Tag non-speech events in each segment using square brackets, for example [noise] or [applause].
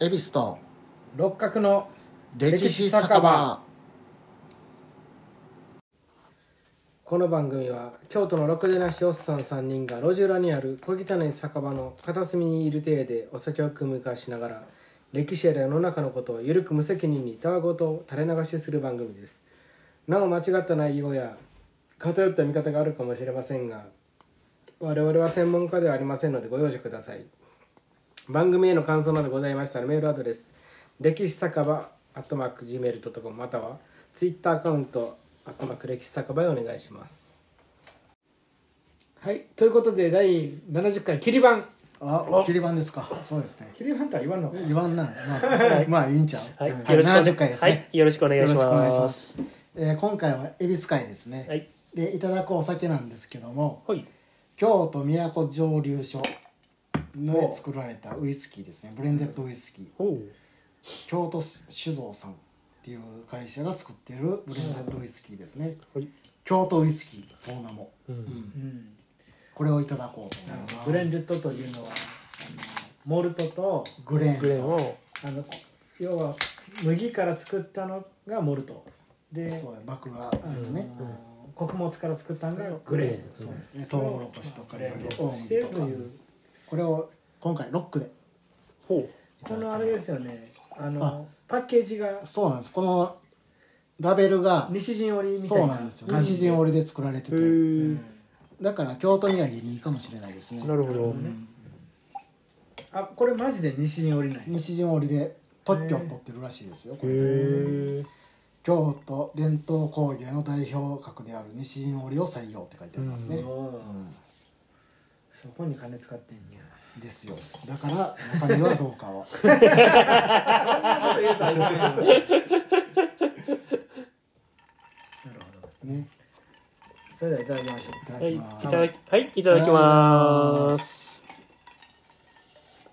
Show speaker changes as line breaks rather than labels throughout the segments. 恵比寿と
六角の
歴史酒場
この番組は京都のろくでなしおっさん3人が路地裏にある小汚い酒場の片隅にいる体でお酒を組み交わしながら歴史や世の中のことをゆるく無責任にたわごとを垂れ流しする番組ですなお間違った内容や偏った見方があるかもしれませんが我々は専門家ではありませんのでご容赦ください番組への感想などございましたらメールアドレス歴史酒場アットマーク Gmail.com またはツイッターアカウントアットマーク歴史酒場へお願いしますはいということで第70回切り番
あ切り番ですかそうですね
切り番とは言わんのか
言わんなまあ、まあいいんちゃう
はい、
はい、70回ですね、
はい、よろしくお願い
よ
し
ろし
ます。
くお願いします、えー今回は恵比寿会ですね、
はい、
でいただくお酒なんですけども
はい、
京都都蒸留所
お
の作られたウイスキーですねブレンデッドウイスキー
おう、
京都酒造さんっていう会社が作ってるブレンデッドウイスキーですね、
はい、
京都ウイスキーその名も、
う、
うんん、
うん
これをいただこうと思います
ブレンデッドというのはあのモルトと
グレーン
グレーンを、
あの要は麦から作ったのがモルトで
そうや麦芽ですね、
あの穀物から作ったのがグレーン
そうですねトウモロコシとか
ブ
いろ
レ
い
ンド
ろ
と
大
して
麦
る
と
と
か
いう
これを今回ロックで
ほ
このあれですよねあの
あ
パッケージが
そうなんですこのラベルが
西陣織みたいな
そうなんですよ西陣織で作られて
う。へ
て
ー
だから京都土産にいいかもしれないですね
なるほど。
あこれマジで西陣織ない
西陣織で特許を取ってるらしいですよこ
へ
れ
え、
京都伝統工芸の代表格である西陣織を採用って書いてありますね、
うんそこに金使ってんねや
ですよだから中身はどうかは
そんなこと言うとあれだけどなるほど
ね
それではいただきましょう
いただ
は
き
い、い
ます、
ただき、はい、いただきます。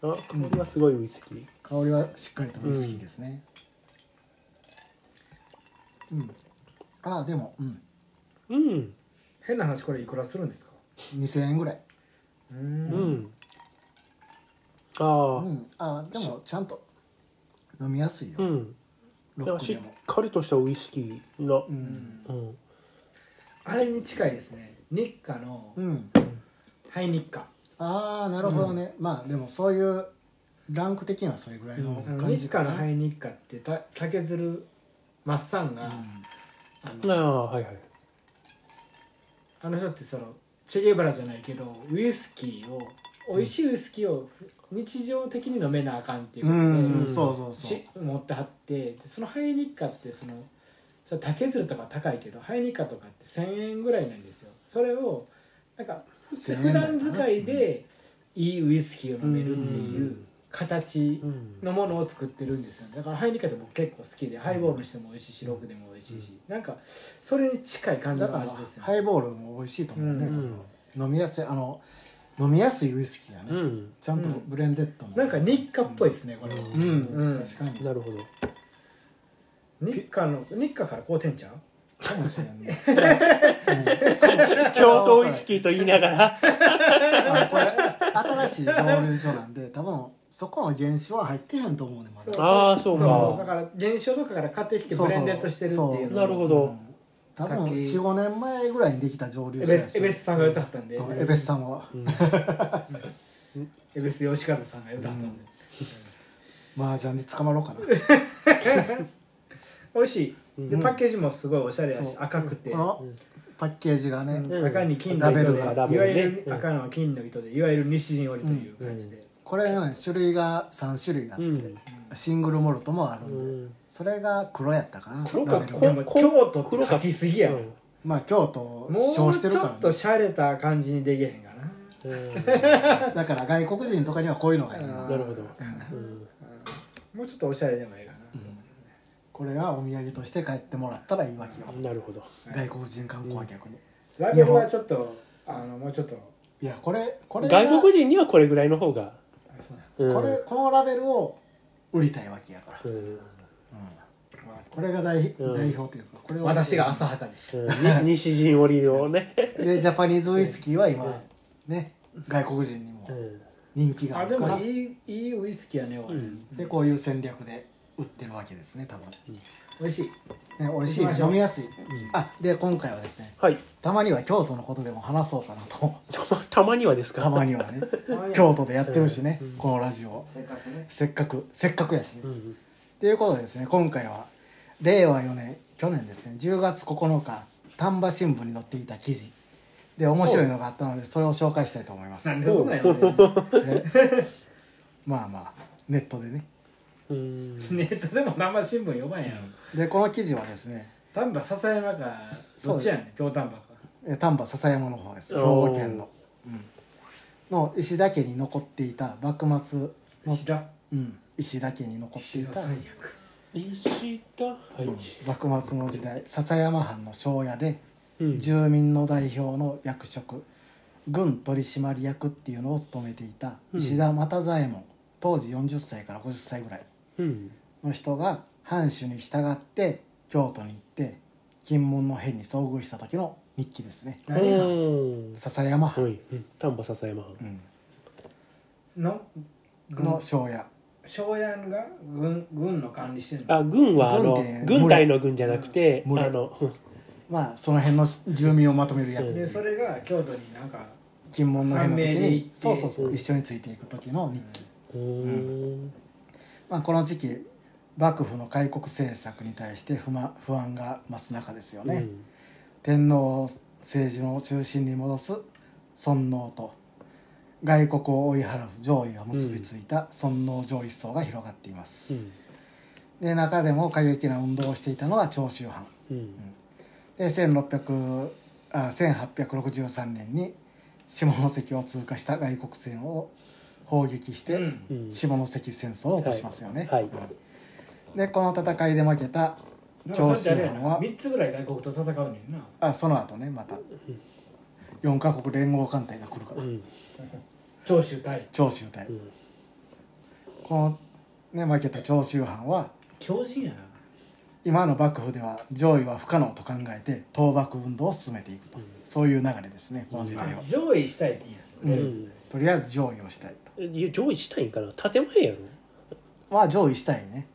あ、香りはすごいウイスキー。
香りはしっかりとウイスキーですねうん、ああでもうん
うん、
変な話これいくらするんですか
2000円ぐらい、
う
うんん。あ
う
あ、
ん、ああでもちゃんと飲みやすいよ、
うん、で
ロ
も
ック
し
で
っ
も
かりとしたウイスキーな。
うん
うん、
あれに近いですね日課の
うん
はい日課
ああなるほどね、まあでもそういうランク的にはそれぐらいの
あの
感じ
日課
か
の
な、
はい日課ってた竹鶴マッサンが、あ
あ
の
あ、はいはい。
あの人ってそのチェゲバラじゃないけどウイスキーを美味しいウイスキーを日常的に飲めなあかんっていう
う
ことで、
ん、
うん
そうそうそう
し持ってはってでそのハイニッカってそのそれ竹鶴とか高いけどハイニッカとかって1,000円ぐらいなんですよそれをなんか
1000
普段使いでいいウイスキーを飲めるっていうう形
うん、
のものを作ってるんですよだからハイニッカって僕結構好きでハイボールにしても美味しいしロックでも美味しいしなんかそれに近い感じ
だか
の
ら
味ですよ
ハ
ね
イボールも美味しいと思うね、
う
飲みやすいあの飲みやすいウイスキーやね、
うん、
ちゃんとブレンデッドも、
なんか日課っぽいですねこれは
うん、
うん
確かに
なるほど。
日課の日課からこうてんちゃう
かもしれんね、
京都ウイスキーと言いながら。
あのこれ新しい蒸留所なんで多分そこの原酒は入ってへんと思うねまだ
そう
ああ、そう
そうだ
か。
から原酒とかから買ってきて
そう
ブ
そ
レ
う
ンデッドしてるっていう
そう
の
なるほ
う
ど
ん。多分45年前ぐらいにできた蒸留
エ
所
ベ
や
ス
し
エベスさんが歌ったんで、
うんエベスさんは、
エベス吉和さんが歌ったんで、
麻雀で捕まろうかな
美味しいで
うん
パッケージもすごいおしゃれやし
そう
赤くて、
このパッケージがね、
ん
赤に金の糸で
ラベルが
ラ
い
ベ
わ
ルね
ゆる赤の金の糸でいわゆる西陣織という感じで、
これのね種類が3種類あって、
うん
シングルモルトもあるんで、
うん
それが黒やったかな
黒か
ラベル
こ
が
でも
こ
京都って
黒
書
か
きすぎやろ、
まあ京都を
も
称
う
して
ち
る
ょ
か
っ
ら、
と
ね、
洒落た感じにできへんかな
だから外国人とかにはこういうのがいいな、
う
うんんなるほど。
もうちょっとおしゃれでもいいかな、
これがお土産として帰ってもらったらいいわけよ、
うんなるほど。
外国人観光客に、
ラベルはちょっとあのもうちょっと
いやこれこれが
外国人にはこれぐらいの方が。
あそうなん
うん
これこのラベルを売りたいわけやから、
うん
うんこれが代,、
うん
代表というかこれを
私が浅はかでした
うんに西陣織をね。
でジャパニーズウイスキーは今、ね外国人にも
うん
人気があ
あで
るから
もいいいいウイスキーやね、
う
俺
ん
でこういう戦略で売ってるわけですね多分ね
美味しい
美味しい
行きましょう
飲みやすい、あで今回はですね
はい
たまには京都のことでも話そうかな
[laughs]
と
たまたまにはですか
たまにはね京都でやってるしね、このラジオ
せっかくね
せっかくせっかくやしね、
う
っ
ん
ていうことでですね今回は令和4年去年ですね10月9日丹波新聞に載っていた記事で面白いのがあったのでそれを紹介したいと思います
なん
ね
でそんなんやろね
まあまあネットでね
うん
ネットでも生新聞読まんやろ
でこの記事はですね
丹波篠山か
そう
どっちやねん京丹波か
えー丹波篠山の方です兵
おー
庫県の、うん、の石田家に残っていた幕末の
石、田
うん、石田家に残ってい
石田
た
三
石田はい、
幕末の時代篠山藩の庄屋で
うん
住民の代表の役職軍取締役っていうのを務めていた
うん
石田又左衛門当時40歳から50歳ぐらい
うん
の人が藩主に従って京都に行って金門の変に遭遇した時の日記ですね
役何や
うん
篠山藩、
はいうん丹波篠山
うん
の
の庄屋
庄屋が軍軍の管理してんの
あ軍はあ
軍
の
って
軍隊の軍じゃなくて
群れ
あのうん
まあその辺の住民をまとめる役、
うん
でそれが京都になんか
金門の変の時
判明に行っ
に
て
そうそうそう、
うん
一緒についていく時の日記、
うーん
まあ、この時期幕府の開国政策に対して不満不安が増す中ですよね、
うん
天皇を政治の中心に戻す尊王と外国を追い払う攘夷が結びついた尊王攘夷思想が広がっています、で中でも過激な運動をしていたのが長州藩
うんうん
で1600あ1863年に下関を通過した外国船を砲撃して、
うん
うん
下関戦争を起こしますよね、
はいはい
うんでこの戦いで負けた
なん
長
かそ
州
れってあれや
藩
な
は
3つぐらい外国と戦うねんな
あその後ねまた4カ国連合艦隊が来るか
う
ら、
ん
長州対
長州隊、
うん
この、ね、負けた長州藩は
強靭やな
今の幕府では上位は不可能と考えて倒幕運動を進めていくと、そういう流れですねこの時代は、
上位したいんや
うん
うん
とりあえず上位をしたいと
いや上位したいんかな建前やろ
まあ上位したいね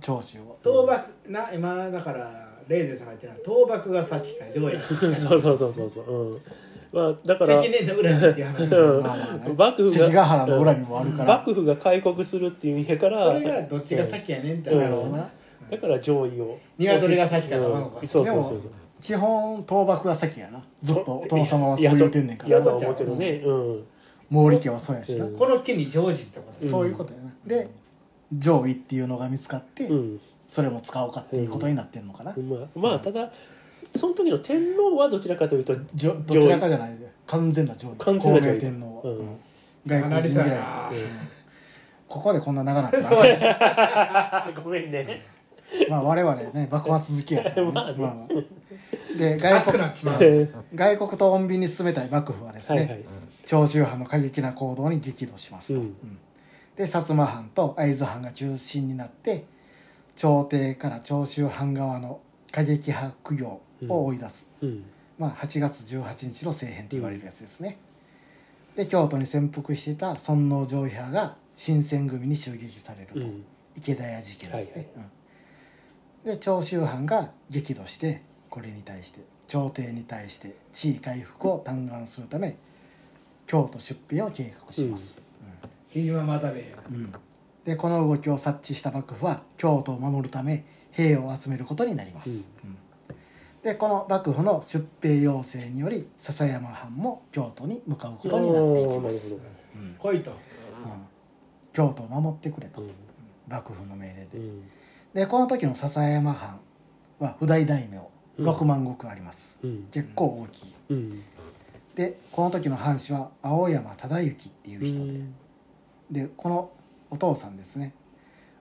長州を
倒幕な今だからレイゼさんが言ってるのは倒幕が先か上位が先か
そうそうそうそうそう、うん、まあだから
関根の裏にっていう話
う
まあまあね
ん幕府
関ヶ
が
原の裏にもあるから、
幕府が開国するっていう意味やから
それがどっちが先やねんって
なるほ
話
どな
だから上位を
鶏が先か卵が
うん
先
そうそうそうそう
基本倒幕は先やなずっとお殿様はそ
いうや
言うてんねんか
いや
ら
とは思うけどねうん
毛利家はそうやしな、
うん
この機に常時ってことです
そういうことやなで上位っていうのが見つかって、
うん
それも使おうかっていうことになってるのかな、
まあまあただその時の天皇はどちらかというと
じょどちらかじゃないで完全な上位
完全な上位
明天皇は、
うん
うん外国人
さ
嫌い
な
ここでこんな長なって
[laughs]
な
そうや
あごめんね
まあ我々ね幕末好きやから、ね
[laughs] まあね
まあまあで外
熱く
国
なっちまう
外国と穏便に進めたい幕府はです
は
ね、
いはい
長州藩の過激な行動に激怒しますと、
うん
うんで薩摩藩と会津藩が中心になって朝廷から長州藩側の過激派苦行を追い出す、
うん
まあ、8月18日の政変と言われるやつですね、で京都に潜伏していた尊王攘夷派が新選組に襲撃されると、
うん
池田屋事件ですね、うんで長州藩が激怒してこれに対して朝廷に対して地位回復を嘆願するため京都出兵を計画します、
木島又兵衛
うんでこの動きを察知した幕府は京都を守るため兵を集めることになります、うんでこの幕府の出兵要請により篠山藩も京都に向かうことになっていきます、うん
来いと
うん京都を守ってくれ
なるほど
と、幕府の命令で
う、ん
でこの時の篠山藩は不代大名
うん
6万石あります、
うん
結構大きい
うん
でこの時の藩主は青山忠之っていう人で、でこのお父さんですね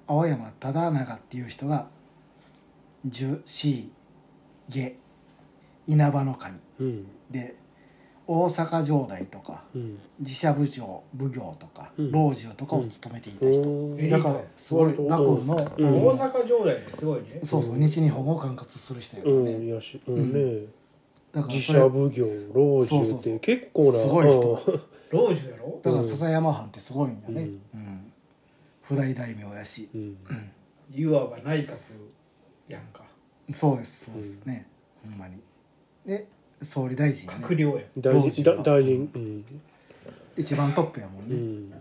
青山忠長っていう人が十四下稲葉の神
うん
で大阪城代とか
うん
寺社奉行奉行とか、
うん
老中とかを務めていた人、
お
え
ー
だからすごい
うん
幕府の、
うん
大阪城代ってすごいね
そうそう西日本を管轄する人やからね、
うんよしうんね
だから
自
それ
社奉行老
そうそう
中
そ
っ
う
て結構な
すごい人
うん
老中やろ
だから笹山藩ってすごいんだね、
う
うんん不大大名やし、
うん
いわば内閣やんか
そうですそうですね、ほんまにで総理大臣や
閣
ね
僚や
大
老
臣
中
だ
は
大臣
一番トップやもん
うんう
ね、
ん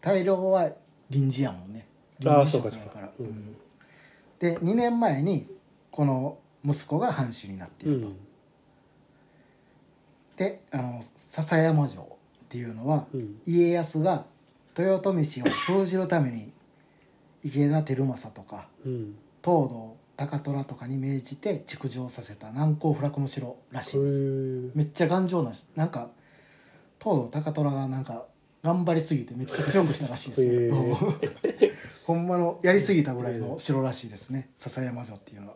大量は臨時やもんね
あ
臨
あ
時
そう
職
か
や
そうか
から、
うん
うんで2年前にこの息子が藩主になっていうると、
ん
であの笹山城っていうのは、
うん
家康が豊臣氏を封じるために池田輝政とか
うん
東堂高虎とかに命じて築城させた難攻不落の城らしいですよ
う
めっちゃ頑丈なしなんか東堂高虎がなんか頑張りすぎてめっちゃ強くしたらしいです
へ
よ
ー
[laughs] ほんまのやりすぎたぐらいの城らしいですね笹山城っていうのは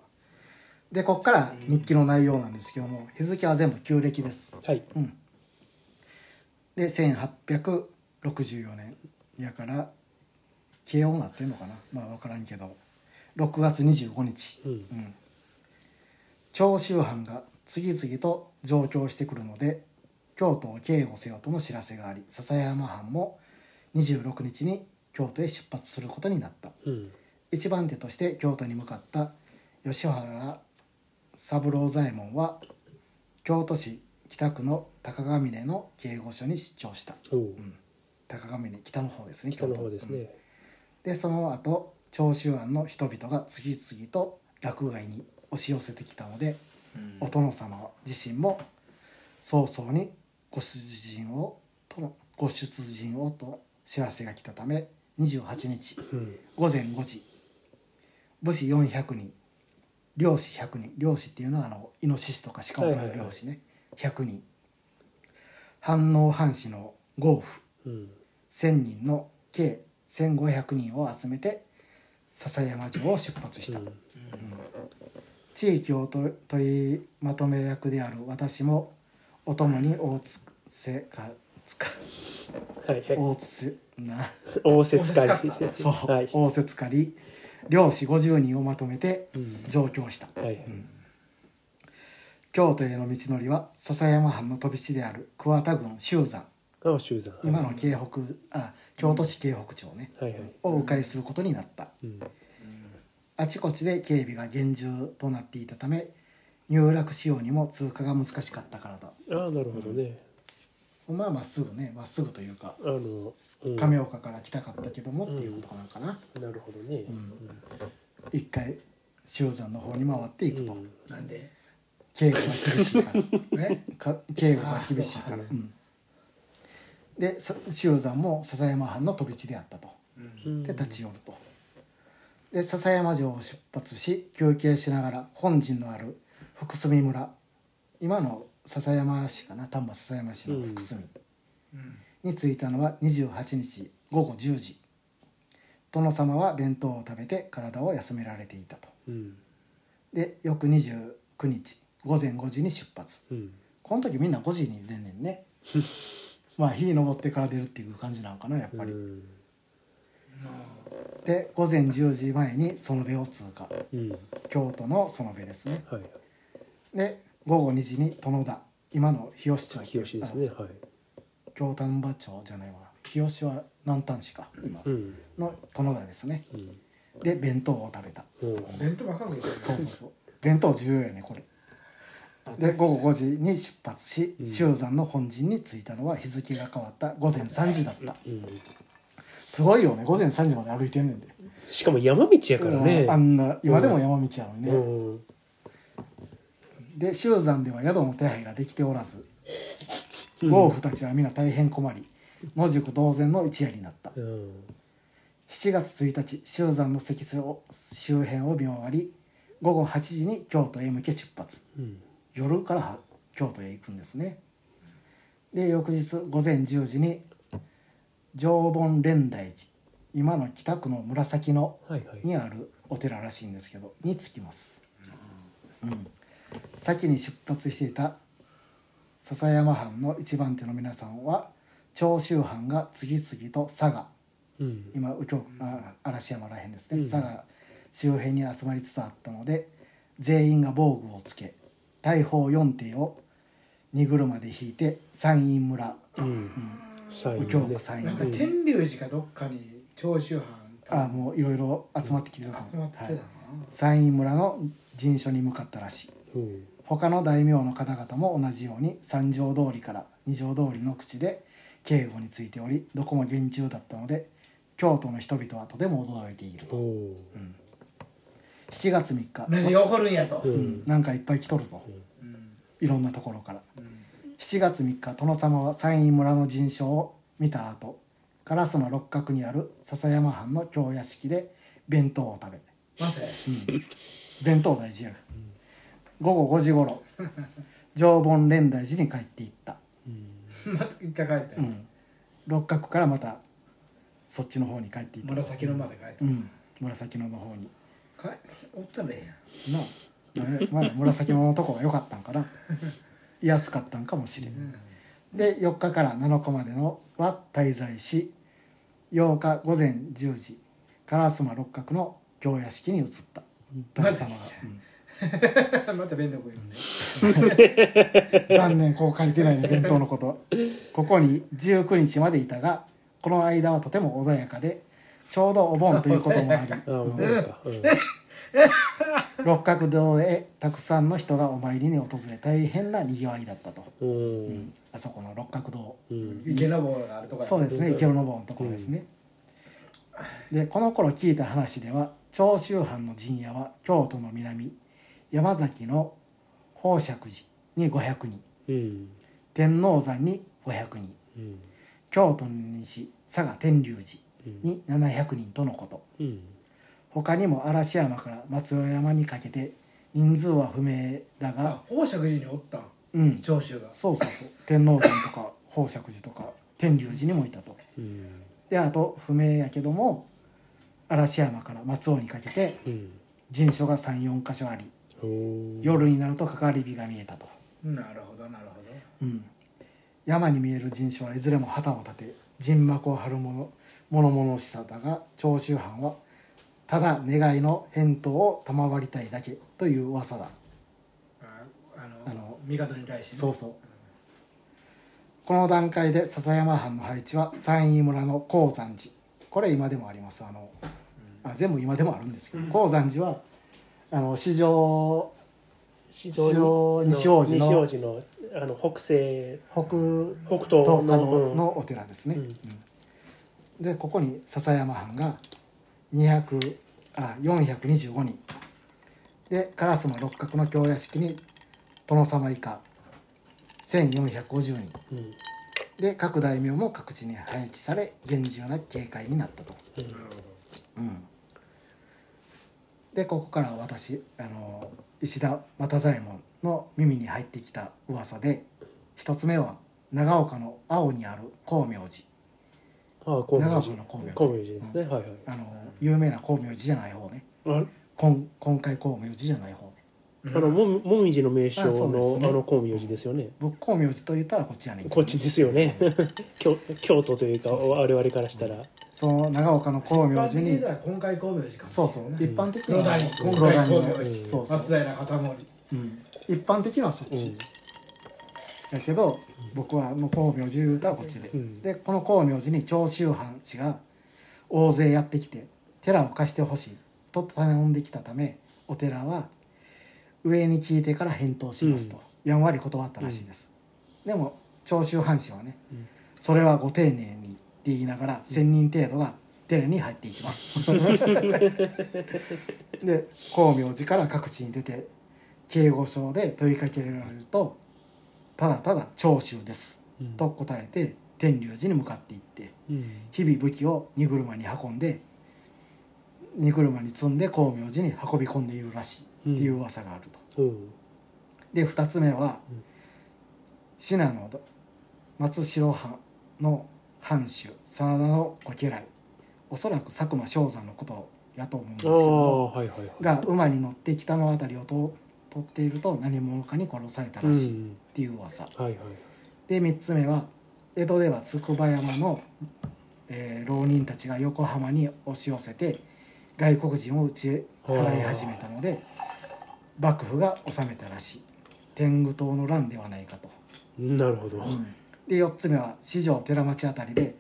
でこっから日記の内容なんですけども日付は全部旧暦です
はい
うん、で1864年やから慶応なってんのかなまあ分からんけど6月25日、
うん
うん長州藩が次々と上京してくるので京都を警護せよとの知らせがあり笹山藩も26日に京都へ出発することになった
うん
一番手として京都に向かった吉原三郎左衛門は京都市北区の高ヶ峰の警護所に出張した、
おう
うん、高ヶ峰北の方ですね
北の
京
方
都
です
うん
ね
でその後長州藩の人々が次々と落外に押し寄せてきたので、お殿様自身も早々にご出陣をとのご出陣をと知らせが来たため28日
うん
午前5時武士400人漁師100人漁師っていうのはあのイノシシとか鹿を取る漁師ね、100人反応藩士の豪夫
うん
1,000人の計1,500人を集めて笹山城を出発した、
うん
地域をと取りまとめ役である私もお供に大津せかつか
はいはい
大津
[laughs]
な
応接会
応接会
そう、
はい
応接かり漁師50人をまとめて
うん
上京した、
はいはい
うん京都への道のりは笹山藩の飛び地である桑田郡周山
あ修さん
今の京北あ京都市京北町ね
はいはい
を迂回することになった
うん
あちこちで警備が厳重となっていたため入落しようにも通過が難しかったからだ
ああなるほどね
お前はまっすぐねまっすぐというか
あのうんな
亀岡から来たかったけどもっていうことなんかな、
るほどね
うん一回塩山の方に回っていくと、
うん
なんで
警護が厳しいからねか警護が厳しいから、
あーそう
うん、でさ塩山も笹山藩の飛び地であったと
うん
で立ち寄るとで笹山城を出発し休憩しながら本陣のある福住村今の笹山市かな丹波笹山市の福住、に着いたのは28日午後10時殿様は弁当を食べて体を休められていたと
うん
で翌29日午前5時に出発
うん
この時みんな5時に出んねんね [laughs] まあ日昇ってから出るっていう感じなのかなやっぱり、
うん
で午前10時前に園部を通過
うん
京都の園部ですね
はい
で午後2時に殿田今の日吉町
日吉ですねはい
あ京丹波町じゃないわ日吉は南丹市か今
うん
の殿田ですね
うん
で弁当を食べた
うん
弁当ばっかり食うてる
そうそうそう弁当重要やねこれで午後5時に出発し
うん
塩山の本陣に着いたのは日付が変わった午前3時だった
うん
すごいよね午前3時まで歩いてんねんで
しかも山道やからね
あんな今でも山道やのにね、
うん
で塩山では宿の手配ができておらず豪夫たちは皆大変困り野宿同然の一夜になった
うん
7月1日塩山の石州を周辺を見回り午後8時に京都へ向け出発
うん
夜からは京都へ行くんですねで翌日午前10時に常盆蓮台寺今の北区の紫野
はいはい
にあるお寺らしいんですけどに着きます、うん、先に出発していた笹山藩の一番手の皆さんは長州藩が次々と佐賀
うん
今右京あ嵐山らへんです
う
ね
ん
佐賀周辺に集まりつつあったので全員が防具をつけ大砲4艇を荷車で引いて山陰村
うん。サイン
右京
ね
区サイ
なん
ン
か
で
川柳寺かどっかに長州藩
ああもういろいろ集まってきてると
集
思
ま
う、
ってき
は
てた
い
な、、
山陰村の陣所に向かったらしい
うん。
他の大名の方々も同じように三条通りから二条通りの口で警護についておりどこも厳重だったので京都の人々はとても驚いている
お
と、
お。
うん、7月3日
何が起こるんやと、
う
うん
ん。
なんかいっぱい来とるぞ
うん
いろんなところから
うん
7月3日殿様は山陰村の陣所を見た後烏丸六角にある笹山藩の京屋敷で弁当を食べ
待て [laughs]
うん弁当大事や午後5時頃常盆蓮台寺に帰っていった、
うん。
また一回帰った
う
よ、
ん、六角からまたそっちの方に帰っていった、
紫のまで帰った、
うん、紫野の方に
かおったらええや
な
ん
ああれまあ紫野のとこが良かったんかな安かったんかもしれん、で4日から7日までのは滞在し8日午前10時烏丸六角の京屋敷に移った殿様が、うん
[laughs] また弁当食うよね。
残念ここ書いてないね弁当のことここに19日までいたがこの間はとても穏やかでちょうどお盆ということもあり、
あ、もう
うん
なんか。うん。
六角堂へたくさんの人がお参りに訪れ大変な賑わいだったと、
う
うんん。あそこの六角堂
うん。
池の棒があるとか。
そうですね池の坊のところですね、でこの頃聞いた話では長州藩の陣屋は京都の南山崎の宝石寺に500人
うん。
天王山に500人
うん。
京都の西佐賀天龍寺
うん。
に700人とのこと
うん。
他にも嵐山から松尾山にかけて人数は不明だが
あ、宝石寺におったん。
うん
長州が。
そうそうそう天王山とか宝石寺とか天龍寺にもいたと
うん。
であと不明やけども嵐山から松尾にかけて
うん。
人所が34箇所あり
おお。。
夜になると関わり火が見えたと、
なるほど、なるほど。
うん、山に見える人所はいずれも旗を立て人幕を張るもの物々しさだが長州藩はただ願いの返答を賜りたいだけという噂だ
あ
あ
あの
の、
味方に対してね。
そうそうこの段階で笹山藩の配置は山陰村の高山寺これ今でもありますあのあ全部今でもあるんですけど高山寺はあの市場
市
市場西王子の
西王子の、あの、北西。
北東
北
角
東の。
のお寺ですね、
うん
うんでここに笹山藩が200あ425人で烏丸六角の京屋敷に殿様以下1450人
うん。うん。
で各大名も各地に配置され厳重な警戒になったと、
なるほど。
うん、でここから私あの石田又左衛門の耳に入ってきた噂で一つ目は長岡の青にある光明寺
ああ、神
長岡
明
の
寺。
光明寺
神明寺ですね。はいはい。
あの有名な光明寺じゃない方ね
あ
今今回光明寺じゃない方ね
あのもみもみじの名所
あそうで
の
す
あ,、
ね
の光明寺ですよね。
僕光明寺と言ったらこっちやねんけど
こっちですよね。 [laughs] 京京都というか
そうそうそう
我々からしたら、
その長岡の光明寺に
一般的に言うたら今回光明寺かもしれ
そ
ん
う
ね。
そう一般的に
黒
は
谷、今
黒
回
谷
光
の
明寺。
そうそう
松平片森。
うん一般的にはそっ
う
ち、
ん
やけど僕はもう光明寺言うたらこっちで、
うん
でこの光明寺に長州藩士が大勢やってきて寺を貸してほしいと頼んできたためお寺は上に聞いてから返答しますと、やんわり断ったらしいです、でも長州藩士はね、
うん
それはご丁寧にって言いながら1,000人程度が寺に入っていきます
[laughs]
で光明寺から各地に出て敬語書で問いかけられるとただただ長州です
うん
と答えて天龍寺に向かっていって
うん
日々武器を荷車に運んで荷車に積んで光明寺に運び込んでいるらしいっていう噂があると。
うん
で2つ目は
うん
信濃の松代藩の藩主真田のご家来おそらく佐久間象山のことやと思うんですけ
あ
ど
あ
も
はいはいはい。
が馬に乗って北の辺りをと取っていると何者かに殺された
う
らしいっ
ん、
ていう噂、
はいはい。
で3つ目は江戸では筑波山の、えー浪人たちが横浜に押し寄せて外国人を打ち払い始めたので幕府が治めたらしい天狗党の乱ではないかと、
なるほど。
うんで4つ目は四条寺町あたりで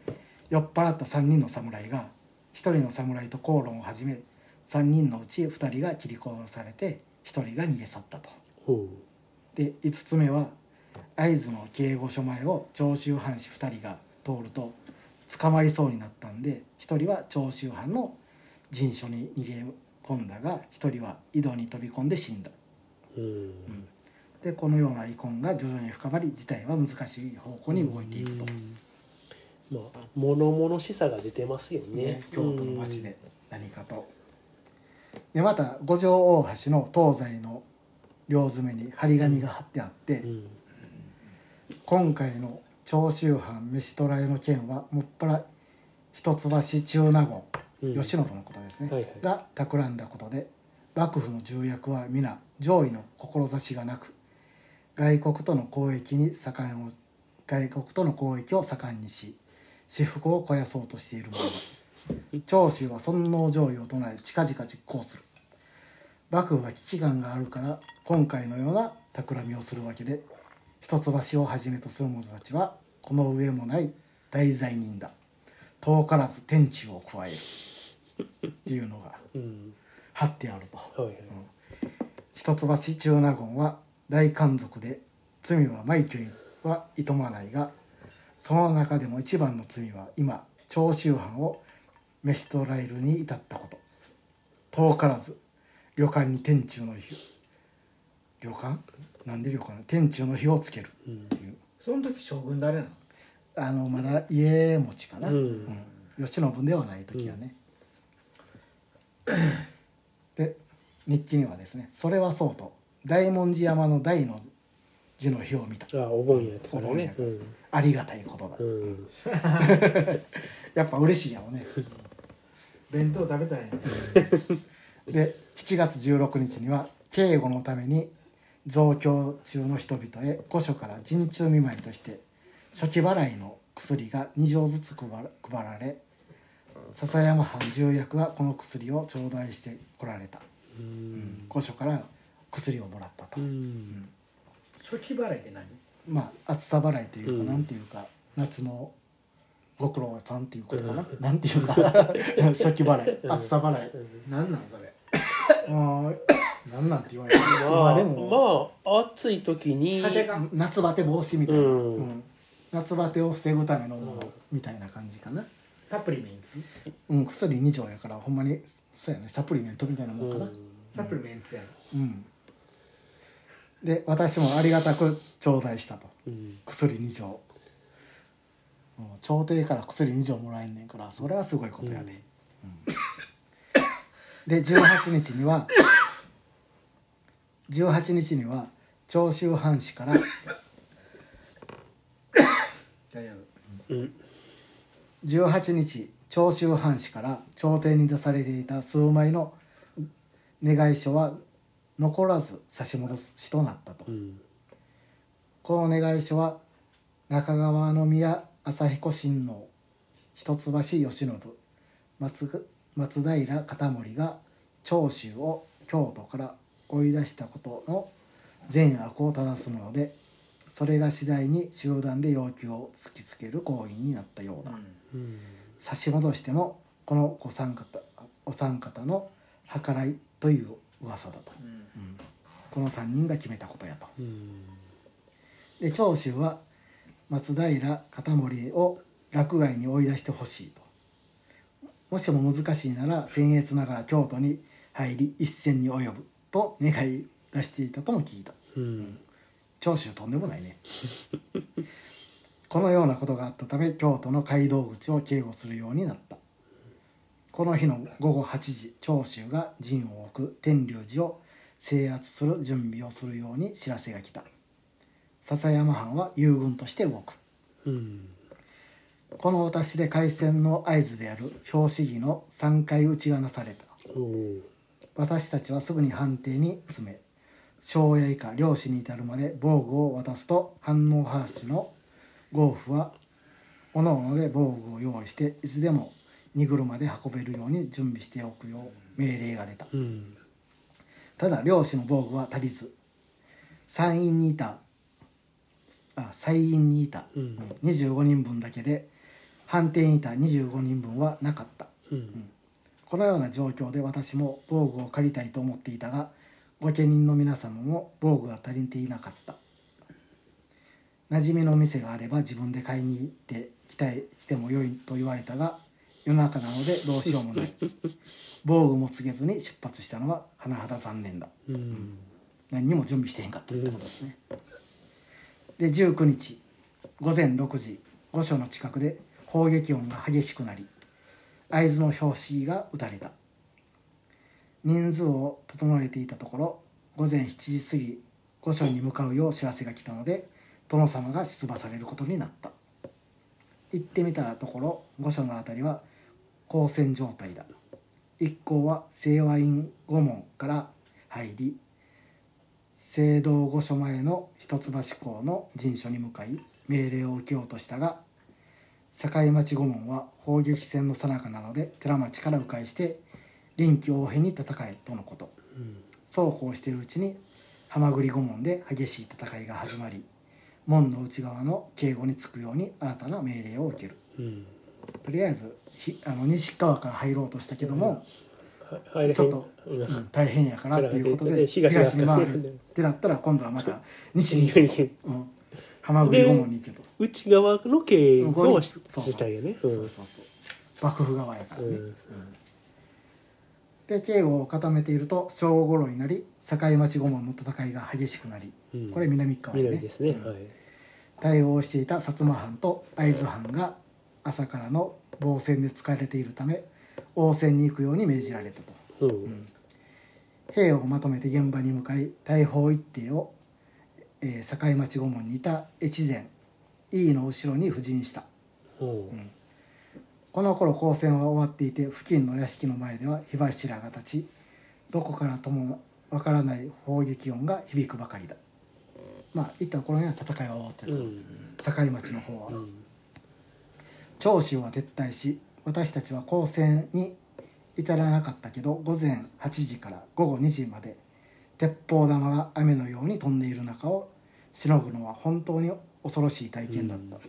酔っ払った3人の侍が1人の侍と口論を始め3人のうち2人が切り殺されて1人が逃げ去ったと。
ほ
で5つ目は会津の警護所前を長州藩士2人が通ると捕まりそうになったんで1人は長州藩の陣所に逃げ込んだが1人は井戸に飛び込んで死んだ
う。うん。
でこのような遺恨が徐々に深まり事態は難しい方向に動いていくと、
まあ物々しさが出てますよね。
ね、京都の町で何かと。でまた五条大橋の東西の両詰めに張り紙が貼ってあって、
うん。うん。
今回の長州藩飯捕らえの件はもっぱら一橋中納言
うん
慶喜のことですね、
はいはい
が企んだことで幕府の重役は皆上位の志がなく外国との交易に盛んを外国との交易を盛んにし私腹を肥やそうとしているものだ長州は尊王攘夷を唱え近々実行する幕府は危機感があるから今回のような企みをするわけで一橋をはじめとする者たちはこの上もない大罪人だ遠からず天誅を加えるっていうのが
うん。
貼ってあると
はいはい。
一橋中納言は大官族で罪は枚挙にはいとまないがその中でも一番の罪は今長州藩を召し捕らえるに至ったこと遠からず旅館に天中の火を旅館なんで旅館天中の火をつける
うん
っ。ていう
その時将軍誰なの
あのまだ家持ちかな、
うん
うん慶喜ではない時はね、で日記にはですね「それはそうと大文字山の大の字の日を見た
あ、お盆やってから
お盆や
ね。
か
うん。
ありがたいことだ
う」ん。
やっぱ嬉しいやもんね
弁当食べたいんや
で7月16日には警護のために増強中の人々へ御所から陣中見舞いとして初期払いの薬が2錠ずつ配ら配られ笹山藩重役はこの薬を頂戴してこられた
うん。
御所から薬をもらったと、
うん。
初期払いって何
まあ暑さ払いというか、
うん
なんていうか夏のご苦労さんっていうことかな、
う
なんて
[laughs]
いうか初期払い暑さ払い
何なんそれ
うん [coughs] なんなんて言われて
ま
今
あ、
でも、
まあ、暑い時に。
酒が
夏バテ防止みたいな、
うん
うん夏バテを防ぐためのものみたいな感じかな、
サプリメンツ
うん、薬2錠やからほんまにそうやねサプリメントみたいなもんかな、
サプリメンツやろ
うん、で私もありがたく頂戴したと
うん。
薬2錠もう朝廷から薬2錠もらえんねんからそれはすごいことやで、で18日には18日には長州藩士から
大丈
うん。
18日長州藩士から朝廷に出されていた数枚の願い書は残らず差し戻しとなったと、
うん。
この願い書は中川宮朝彦親王一橋慶喜松松平片盛が長州を京都から追い出したことの善悪を正すものでそれが次第に集団で要求を突きつける行為になったよう
夫
だ。
うん。
差し戻してもこのお三方お三方の計らいという噂だと、
うん
うんこの3人が決めたことやと
うん。
で長州は松平片盛を洛外に追い出してほしいともしも難しいなら僭越ながら京都に入り一戦に及ぶと願い出していたとも聞いた
うん。
長州とんでもないねこのようなことがあったため京都の街道口を警護するようになったこの日の午後8時長州が陣を置く天龍寺を制圧する準備をするように知らせが来た笹山藩は友軍として動く
うん。
この私で開戦の合図である表紙儀の3回打ちがなされた
おお。
私たちはすぐに判定に詰め庄屋以下漁師に至るまで防具を渡すと反応派士の豪夫は各々で防具を用意していつでも荷車で運べるように準備しておくよう命令が出た
うん。
ただ漁師の防具は足りず山陰にいたあ祭院にいた、う
う
んん、25人分だけで反転いた25人分はなかった
うん
このような状況で私も防具を借りたいと思っていたが御家人の皆様も防具が足りていなかった馴染みの店があれば自分で買いに行って来たい来てもよいと言われたが夜中なのでどうしようもない防具も告げずに出発したのは甚だ残念だ
うん
何にも準備してへんかったってことですね、で19日午前6時御所の近くで砲撃音が激しくなり会津の標識が撃たれた人数を整えていたところ午前7時過ぎ御所に向かうよう知らせが来たので殿様が出馬されることになった行ってみたところ御所の辺りは交戦状態だ一行は清和院御門から入り聖堂御所前の一橋校の陣所に向かい命令を受けようとしたが堺町御門は砲撃戦の最中なので寺町から迂回して臨機応変に戦えとのことそうこうしているうちに浜栗御門で激しい戦いが始まり門の内側の警護につくように新たな命令を受ける
うん
とりあえずひあの西川から入ろうとしたけども、
は入れへん
ちょっと
うん
うん大変やからっていうことで
東が
東に回るってなったら今度はまた西に行けうん、浜栗御門に行けと、
内側の経営
うんこ
の
れ
し
そうそう
自体やね
そうそうそう幕府側やからね、
うん
うんで警護を固めていると正午頃になり堺町御門の戦いが激しくなり、
うん
これ南側やね
南ですね
うん
はい
対応していた薩摩藩と会津藩が朝からの防戦で疲れているため応戦に行くように命じられたと
うん
兵をまとめて現場に向かい大砲一艇を、えー堺町御門にいた越前井伊の後ろに布陣した
うん
この頃交戦は終わっていて付近の屋敷の前では火柱が立ちどこからともわからない砲撃音が響くばかりだまあいった頃には戦いは終わって
う
る、
ん
堺町の方は、
うん
長州は撤退し私たちは交戦に至らなかったけど午前8時から午後2時まで鉄砲玉が雨のように飛んでいる中をしのぐのは本当に恐ろしい体験だった、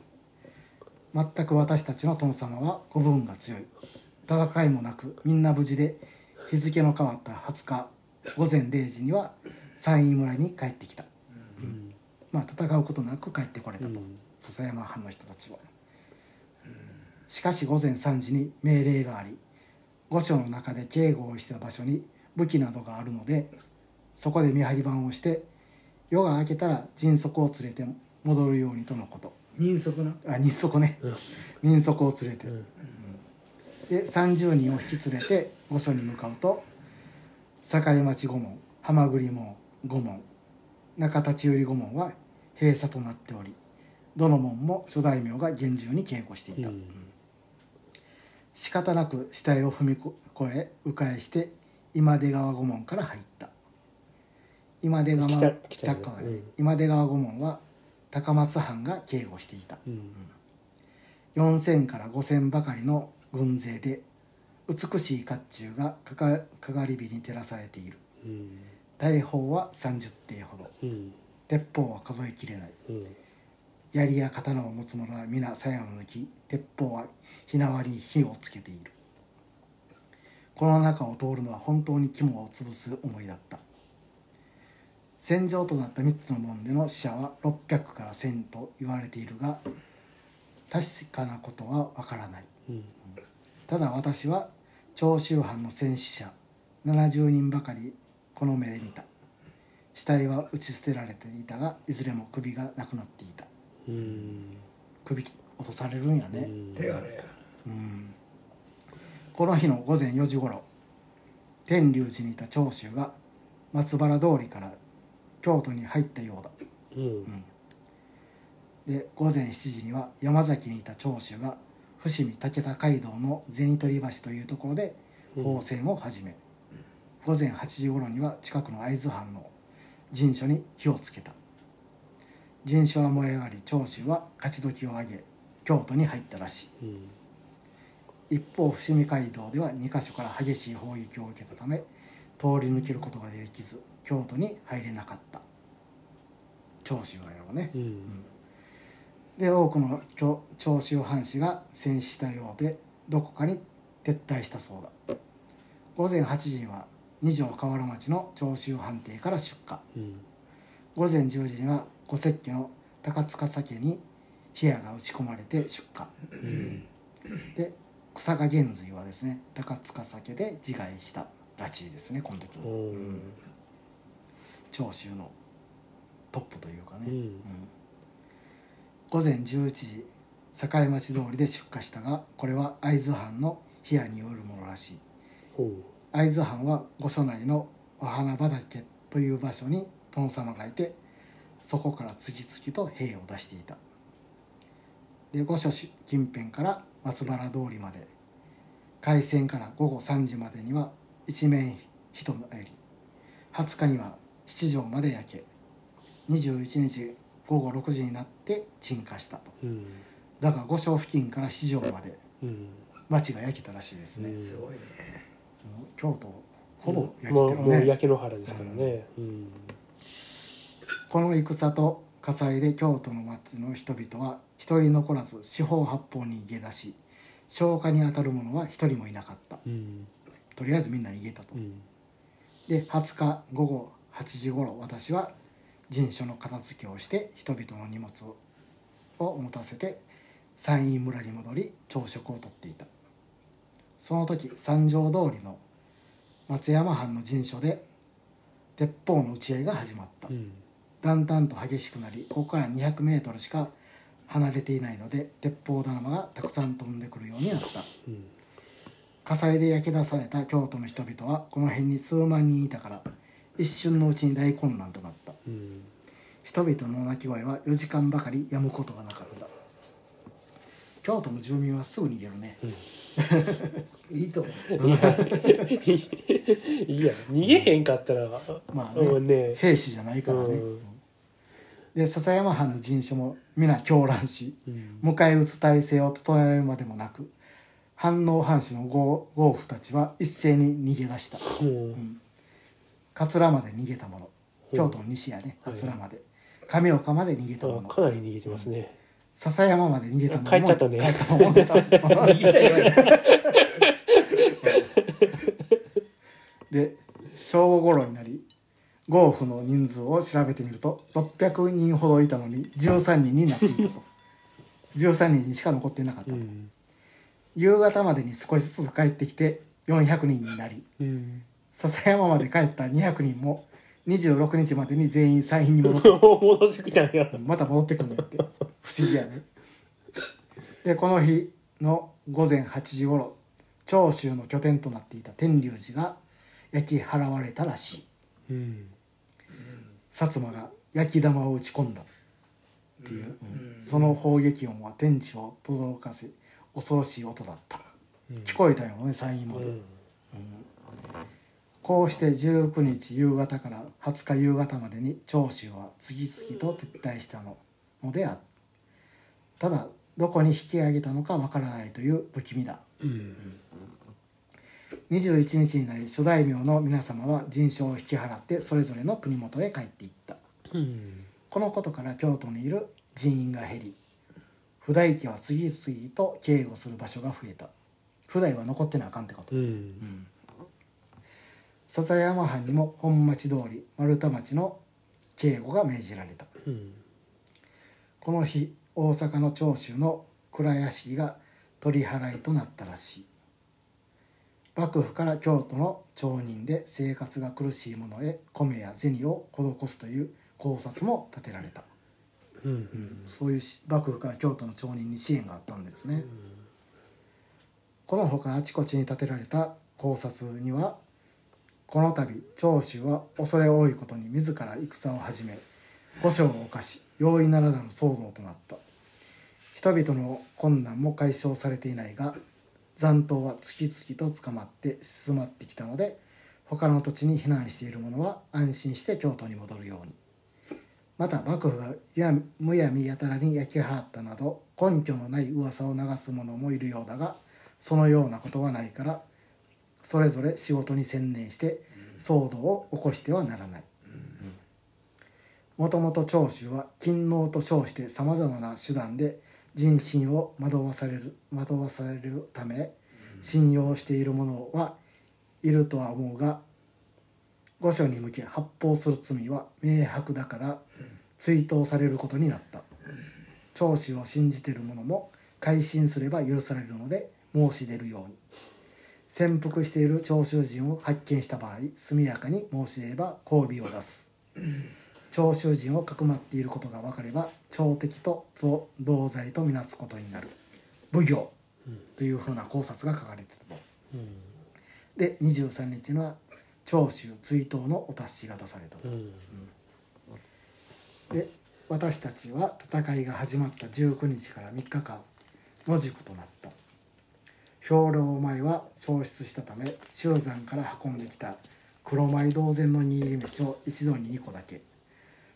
全く私たちの殿様はご分が強い戦いもなくみんな無事で日付の変わった20日午前0時には山陰村に帰ってきた、
うん
まあ戦うことなく帰ってこれたと、
うん
笹山藩の人たちは、しかし午前3時に命令があり御所の中で警護をした場所に武器などがあるのでそこで見張り番をして夜が明けたら迅速を連れて戻るようにとのこと
人足な
あ人足ね
う
人
ん
足を連れて、
うん
で30人を引き連れて御所に向かうと堺町御門浜栗門御門中立ち寄り御門は閉鎖となっておりどの門も諸大名が厳重に警護していた、
うん
仕方なく死体を踏み越え迂回して今出川御門から入った今出川
北
北
北ね
川、ね
うん
今出川御門は高松藩が警護していた
うん
4,000から5,000ばかりの軍勢で美しい甲冑がかかかがり火に照らされている
うん
大砲は30艇ほど
うん
鉄砲は数えきれない
うん
槍や刀を持つ者は皆鞘を抜き鉄砲は火縄に火をつけているこの中を通るのは本当に肝を潰す思いだった戦場となった3つの門での死者は600から1000と言われているが確かなことはわからない
うん
ただ私は長州藩の戦死者70人ばかりこの目で見た死体は打ち捨てられていたがいずれも首がなくなっていた
うん
首落とされるんやね、
手がね
うんこの日の午前4時頃天龍寺にいた長州が松原通りから京都に入ったようだ
うん
で午前7時には山崎にいた長州が伏見武田街道の銭取橋というところで砲戦を始め、午前8時頃には近くの会津藩の陣所に火をつけた陣所は燃え上がり長州は勝ち時を挙げ京都に入ったらしい
うん
一方伏見街道では2カ所から激しい砲撃を受けたため通り抜けることができず京都に入れなかった長州はやろうね、
うん
で多くの長長州藩士が戦死したようでどこかに撤退したそうだ午前8時には二条河原町の長州藩邸から出火
うん
午前10時には五石家の高塚酒に火矢が打ち込まれて出火
うん
で草加源瑞はですね高塚酒で自害したらしいですねこの時
お
の
ー
長州のトップというかね、
うん
午前11時堺町通りで出火したがこれは会津藩の冷やによるものらしい
おう
会津藩は御所内のお花畑という場所に殿様がいてそこから次々と兵を出していたで御所近辺から松原通りまで開戦から午後3時までには一面人のり20日には七条まで焼け21日午後6時になって鎮火したと
うん
だが御所付近から七条まで
うん
町が焼けたらしいですね、
うん
すごいね
もう京都ほぼ焼
も
け
う
て
も
る
う
ね
焼け野原ですからねうん
この戦と火災で京都の町の人々は一人残らず四方八方に逃げ出し消火に当たる者は一人もいなかった
うん
とりあえずみんな逃げたと、
うん
で20日午後8時頃私は人所の片付けをして人々の荷物を持たせて山陰村に戻り朝食をとっていたその時三条通りの松山藩の陣所で鉄砲の打ち合いが始まった、
うん
だんだんと激しくなりここから200メートルしか離れていないので鉄砲玉がたくさん飛んでくるようになった
うん
火災で焼き出された京都の人々はこの辺に数万人いたから一瞬のうちに大混乱となった
うん
人々の鳴き声は4時間ばかり止むことがなかった京都の住民はすぐ逃げるね
いいと思う
いや逃げへんかったら
まあね
うんね
兵士じゃないからね、
うん
で笹山藩の陣所も皆狂乱し
うん
迎え撃つ体制を整えるまでもなく反応藩士の豪豪婦たちは一斉に逃げ出した
うん
桂まで逃げた者
うん
京都の西やね
はい
桂まで上岡まで逃げた
あ
者
かなり逃げてますね
笹山まで逃げた者
帰っちゃったね
帰った者もいた [laughs] で正午頃になり豪婦の人数を調べてみると600人ほどいたのに13人になっていたと13人にしか残っていなかった
う
と、
ん
夕方までに少しずつ帰ってきて400人になり
うん
笹山まで帰った200人も26日までに全員山陰に戻
[laughs]
って
戻ってきたんや
また戻ってくるんだって不思議やねでこの日の午前8時頃長州の拠点となっていた天龍寺が焼き払われたらしい
うん
薩摩が焼き玉を打ち込んだっていう、
ん
うんその砲撃音は天地を轟かせ恐ろしい音だった
うん
聞こえたよね山陰ま
う
で、
ん
こうして19日夕方から20日夕方までに長州は次々と撤退したののであるただどこに引き上げたのかわからないという不気味だ
うん
21日になり諸大名の皆様は人種を引き払ってそれぞれの国元へ帰っていった
うん
このことから京都にいる人員が減り普代家は次々と警護する場所が増えた普代は残ってなあかんってこと
う、
う
ん
ん笹山藩にも本町通り丸太町の警護が命じられた
うん
この日大阪の長州の蔵屋敷が取り払いとなったらしい幕府から京都の町人で生活が苦しい者へ米や銭を施すという考察も立てられた、
うん
うんそういうし幕府から京都の町人に支援があったんですね、このほかあちこちに建てられた考察にはこの度長州は恐れ多いことに自ら戦を始め五将を犯し容易ならざる騒動となった人々の困難も解消されていないが残党は次々と捕まって静まってきたので他の土地に避難している者は安心して京都に戻るようにまた幕府がやむやみやたらに焼き払ったなど根拠のない噂を流す者もいるようだがそのようなことはないからそれぞれ仕事に専念して騒動を起こしてはならない、もともと長州は勤王と称してさまざまな手段で人心を惑わされる惑わされるため信用している者はいるとは思うが御所に向け発砲する罪は明白だから追悼されることになった長州を信じている者も改心すれば許されるので申し出るように潜伏している長州人を発見した場合速やかに申し出れば褒美を出す長州人をかくまっていることが分かれば朝敵と像同罪とみなすことになる奉行というふうな考察が書かれてたとで23日には長州追悼のお達しが出されたとで私たちは戦いが始まった19日から3日間野宿となった兵糧米は消失したため周山から運んできた黒米同然の握り飯を一度に2個だけ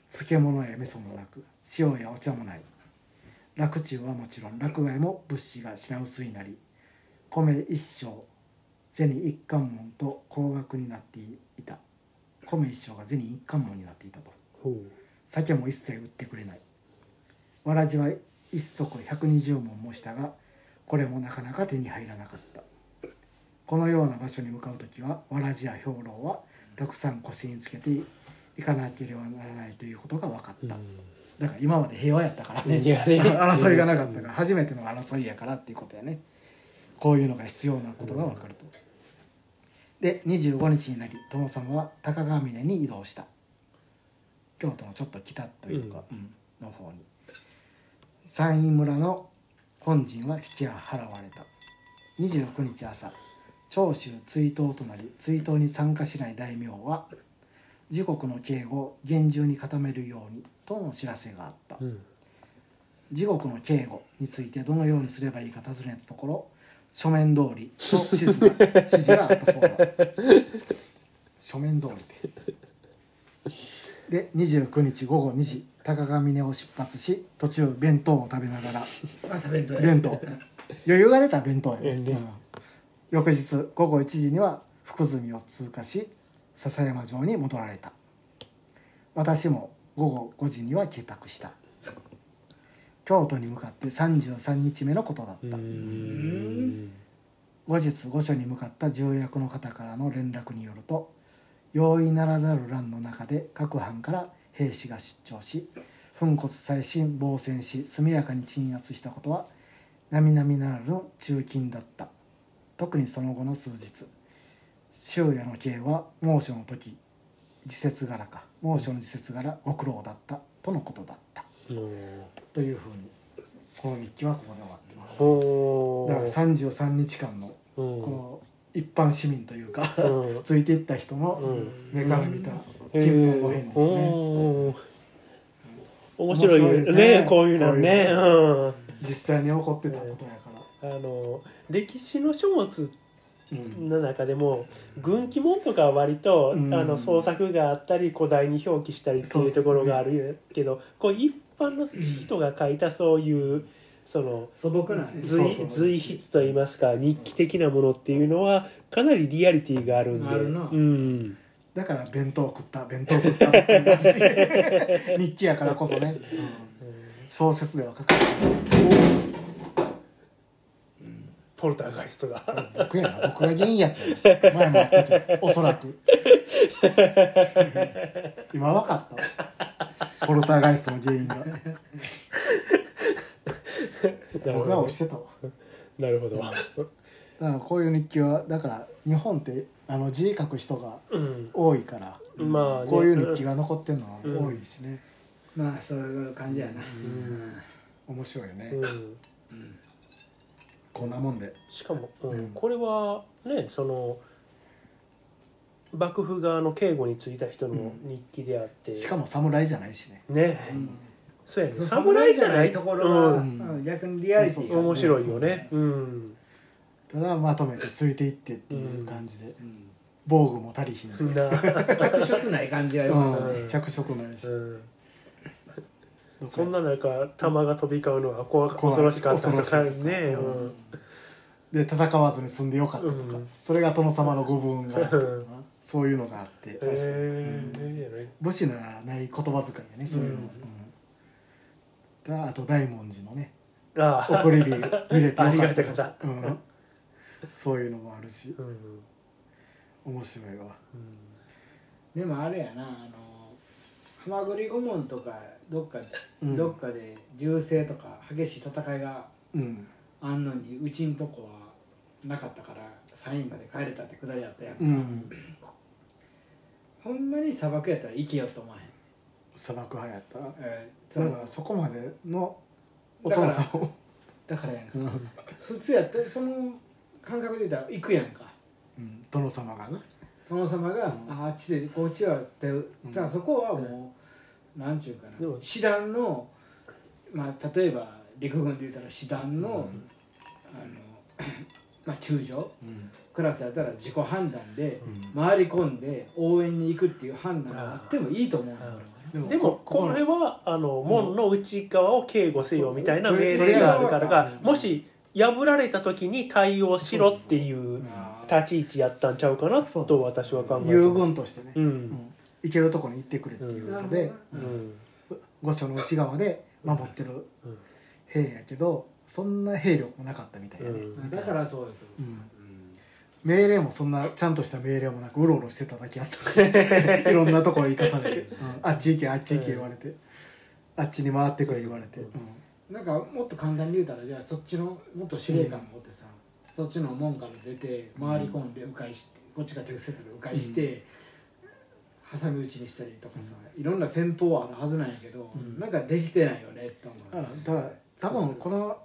漬物や味噌もなく塩やお茶もない落中はもちろん落外も物資が品薄になり米一升銭一貫門と高額になっていた米一升が銭一貫門になっていたと酒も一切売ってくれないわらじは一足120文もしたがこれもなかなか手に入らなかったこのような場所に向かう時はわらじや兵糧はたくさん腰につけていかなければならないということが分かった、だから今まで平和やったからね
いやね
争いがなかったから初めての争いやからっていうことやねこういうのが必要なことが分かるとで25日になり殿様は高川峰に移動した京都のちょっと北というか、うんの方に山陰村の本陣は引き払われた29日朝長州追悼となり追悼に参加しない大名は自国の警護を厳重に固めるようにとの知らせがあった、地獄の警護についてどのようにすればいいか尋ねたところ書面通りと指示が指示があったそうだ書面通りでで29日午後2時高上峰を出発し途中弁当を食べながら
また弁当や
弁当 [laughs] 余裕が出た弁当やね、
遠慮
うん翌日午後1時には福住を通過し笹山城に戻られた私も午後5時には帰宅した京都に向かって33日目のことだった後日御所に向かった重役の方からの連絡によると容易ならざる乱の中で各藩から兵士が出張し粉骨再進防戦し速やかに鎮圧したことは並々ならぬ中勤だった特にその後の数日周夜の刑は猛暑の時時節柄か猛暑の時節柄ご苦労だったとのことだったというふうにこの日記はここで終わってます
ほ
だから33日間の
こ
この一般市民というか、
うん
ついていった人
う
の
ん
目から見た金本の変ですね、
ね面白い
面白い
ね
ね
こういうのね
こ
うん
実際に起こってたことやから、
あの歴史の書物
うん
の中でも軍記問とかは割と、
うん
あの創作があったり古代に表記したりって
そう
い
で
う
すね
ところがあるけどこう一般の人が書いたそういうその
素朴なね
そう
随随筆といいますか日記的なものっていうのはかなりリアリティがあるんで
あるな
うん、
だから弁当食った弁当食ったばっかりだし
[laughs]
日記やからこそね、うん小説では書か
ポルターガイスト [laughs] が
ない僕やな僕が原因やったよ前もあったけどおそら
[laughs]
く今分かったポルターガイストの原因が僕が押してたわ
なるほど、
だからこういう日記はだから日本ってあの字書く人が
うん、
多いから、
まあね
こういう日記が残ってるのは多いしね、
まあそういう感じやな、
面白いよね、
うん
こんなもんで
しかも、うん
うん
これはねその幕府側の警護に就いた人の日記であって、
しかも侍じゃないしね
ね、
ん
そうやね
そう
侍じゃない
ところが、
う
うんん、逆にリアリティ
そうそう
面白いよねうん、
ただまとめてついていってっていう感じで、
うん
防具も足りひん、う
な、
着色ない感じがよかったね、
ん、着色ないし、
うん、
どっか
そんな中弾が飛び交うのは怖か
怖い
恐ろしかったとか
恐ろしいと
ね、
か
うん
で戦わずに済んでよかったとか、
うん
それが殿様のご分があったとかなそういうのがあって
へえいいじゃない
武士ならない言葉遣いやねそういうのは、うんだあと大文字のね
ああ
送
[laughs]
り火見れてよ
あり
か
が
ったた
いこととだ
か、うん、そういうのもあるし
うん
面白いわ
うん
でもあれやなあのハマグリ顧問とかどっか、
うん
どっかで銃声とか激しい戦いが
うん
あんのにうちんとこはなかったからサインまで帰れたってくだりあったやんか、
うん
ほんまに砂漠やったら生きようと思わへん、
砂漠派やったら
えーそ
だ
の
からそこまでのお
だか
父
ら
さんを
だからやんか
うん
普通やったらその感覚で言ったら行くやんか
うん殿様がな
殿様が、
うん
ああっちでこっちはって、じゃあそこはもう、なんちゅうか
で
な
も
師団のまあ例えば陸軍で言ったら師団の、 [clears throat]
うん
あのまあ中将
うん
クラスやったら自己判断で
う
回り込んで応援に行くっていう判断があってもいいと思うのよ
で
でもこれはあの門の内側を警護せよみたいな
そう
命令があるからが
うん
もし破られた時に対応しろっていう立ち位置やったんちゃうかな
そうそ
と私は考えて
友
ま
軍としてね、
すう
うん
ん
行けるとこに行ってくれっていうことで、う
う
ん
ん
御所の内側で守ってる
うん
兵やけどそんな兵力もなかったみたいやね、
うん
あだからそうよ
うん命令もそんなちゃんとした命令もなくうろうろしてただけやったし
[laughs]
いろんなところ行かされて、うんあっち行けあっち行け言われて、あっちに回ってくれ言われて、
うん
なんかもっと簡単に言うたらじゃあそっちのもっと司令官がおってさ、そっちの門から出て回り込んで迂回してこっちが手癖から迂回して、挟み撃ちにしたりとかさ、いろんな戦法はあるはずなんやけど、
うん
なんかできてないよねって思う、
うんだから多分この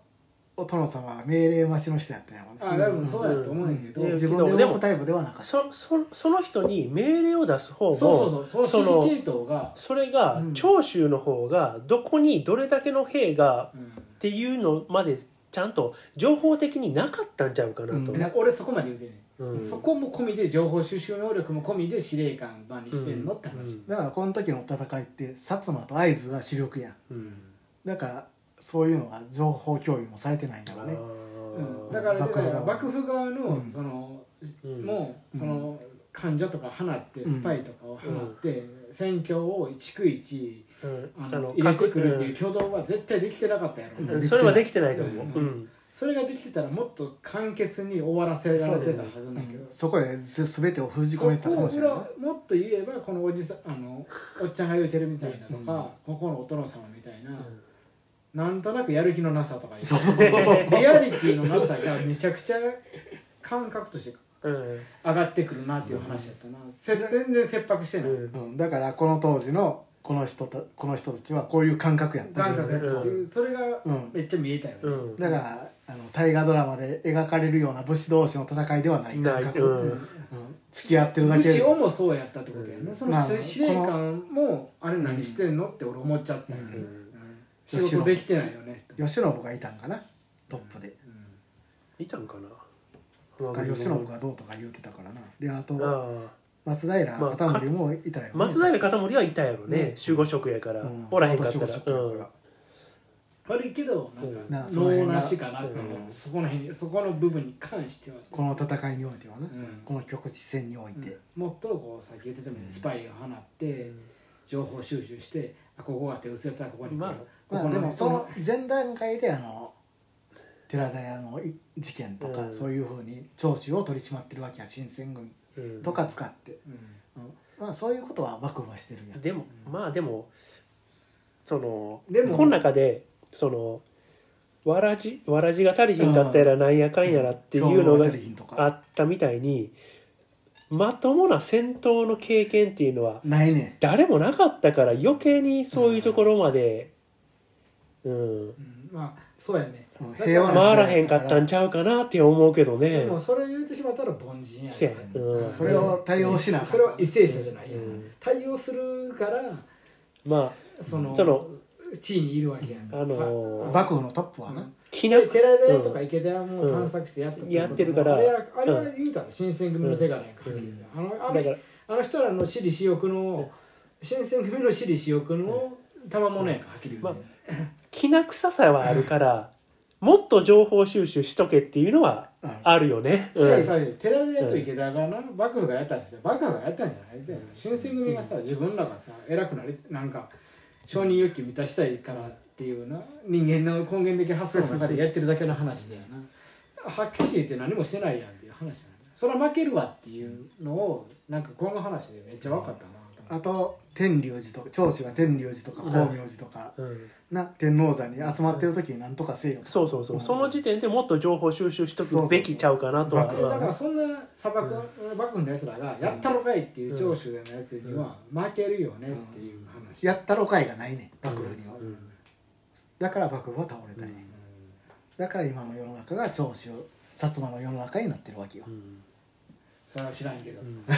お殿様は命令待ちの人やったんやろね
あ多分そうやと思うんやけど、
うん
自分で動くタイプではなかった
そそその人に命令を出す方も
そうそうそうその指示系統が、
それが
うん
長州の方がどこにどれだけの兵が
うん
っていうのまでちゃんと情報的になかったんちゃうかなと、
うん
なんか俺そこまで言うてんね、
うん
ん、そこも込みで情報収集能力も込みで司令官何してんのって話、
うん
だからこの時の戦いって薩摩と会津が主力やん
うん
だからそういうのが情報共有もされてないんだろうね
うんだからだ
幕
か
府側
ら幕府側の
うん
その、
うん
もうその患者とか放って
うん
スパイとかを放って、戦況を逐一
うん
あ
あ
の
の
入れてくるっていう挙動は絶対できてなかったやろ、
う
う
うん
ね
んそれはできてないと思う、
う
うんん
それができてたらもっと簡潔に終わらせられてたはず
う
なんやけど
ん、そこです全てを封じ
そ
込めてたか
こ
も
を
し
裏
れないな
もっと言えばこのおじさんあのおっちゃんが言うてるみたいなとか、ここのお殿様みたいな、なんとなくやる気のなさとかいう
そうそうそうそうそう
リアリティのなさがめちゃくちゃ感覚として
うん
上がってくるなっていう話やったな、せ全然切迫してない、
うん
うん、だからこの当時のこの人たこの人たちはこういう感覚やった
感覚やった
そうそう
それが
うん
めっちゃ見えたよね、
うん
だからあの大河ドラマで描かれるような武士同士の戦いではない
な
感
い
覚、
う
うん
ん
付き合ってるだ
む
け
しろもそうやったってことやね、
うん
その
まあ
し司令官もあれ何してんのって俺思っちゃったよ
う
ね、
ん
うん
うん仕事できてないよねって、
慶喜がいたんかなトップで、
いちゃんか
う
な
慶喜がどうとか言うてたからなであと
あ
松平片森もいたよね、
あ松平片森はいたやろね
ね
守護職やから、
うん
おらへんかったら
元守護職やから
悪いけどなんか
うん
なその
脳
辺が
なしかなって思う
うん
そこの辺にそこの部分に関しては、
この戦いにおいてはな、
うん
この局地戦において、
うんもっとこうさっき言ってたみたいにスパイを放って情報収集してあここが手薄やったらここに来る、
まあ
こ
ま
こ
あ、でも
そ
そ
の
の前段階であの寺田屋のい事件とか、
うん
そういうふうに長州を取り締まってるわけや新選組
うん
とか使って、
うん
うんまあ、そういうことは幕府はしてるんやん
でもまあでもその
でも
この中でそのわらじわらじが足りひんかったやらなんやかんやらっていうの
兵糧
が
渡り品と
あ
か
ったみたいにまともな戦闘の経験っていうのは
ないね
誰もなかったから余計にそういうところまで、うん、
うんまあそうやね
うん
だから
平和な
回らへんかったんちゃうかなって思うけど
で
ね。
もそれを言ってしまったら凡人や
せや
ね
うん
それを対応しなあかん
それは為政者じゃないやん
うん
対応するから
ま
その
あその
地位にいるわけやん
あのー
は
幕府のトップはな、
うん
きな
で寺田屋とか池田屋も探索してやった
うんやってるから
あれはあれは言うたら新選組の手柄やんか、
うん
はっきり言うたらあのあの
だから
あの人らの私利私欲の新選組の私利私欲の賜物やんかはっきり言うたら、
まきな臭さはあるからもっと情報収集しとけっていうのは
うん
あるよね。うん
そうそう寺田と池田がな幕府がやったんですよ幕府がやったんじゃないで新選組がさ自分らがさ偉くなりなんか承認欲求満たしたいからっていうな人間の根源的発想の中でやってるだけの話だよなはっきり言って何もしてないやんっていう話なんだそれは負けるわっていうのをなんかこの話でめっちゃ分かったなと思って
あと天龍寺とか長州が天龍寺とか
うん
光明寺とか、
うん
な天王山に集まってる時に何とかせよと
そうそうそう、その時点でもっと情報収集しと
そうそうそ
く
う
べきちゃうかなとは
あ
でだからそんな砂漠、幕府のやつらが「やったろかい!」っていう長州のやつには負けるよねっていう話、
やったろかいがないね幕府には、
うん
だから幕府は倒れたい、
うん
だから今の世の中が長州薩摩の世の中になってるわけよ、
うん
[laughs] それは知らんけど、
うん
そ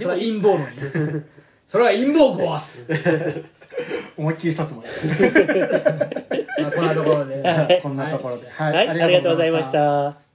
れは陰謀論やそれは陰謀壊す
思いっきり薩摩
まあこんなところで
[laughs] こんなところで、はい
はい、ありがとうございました。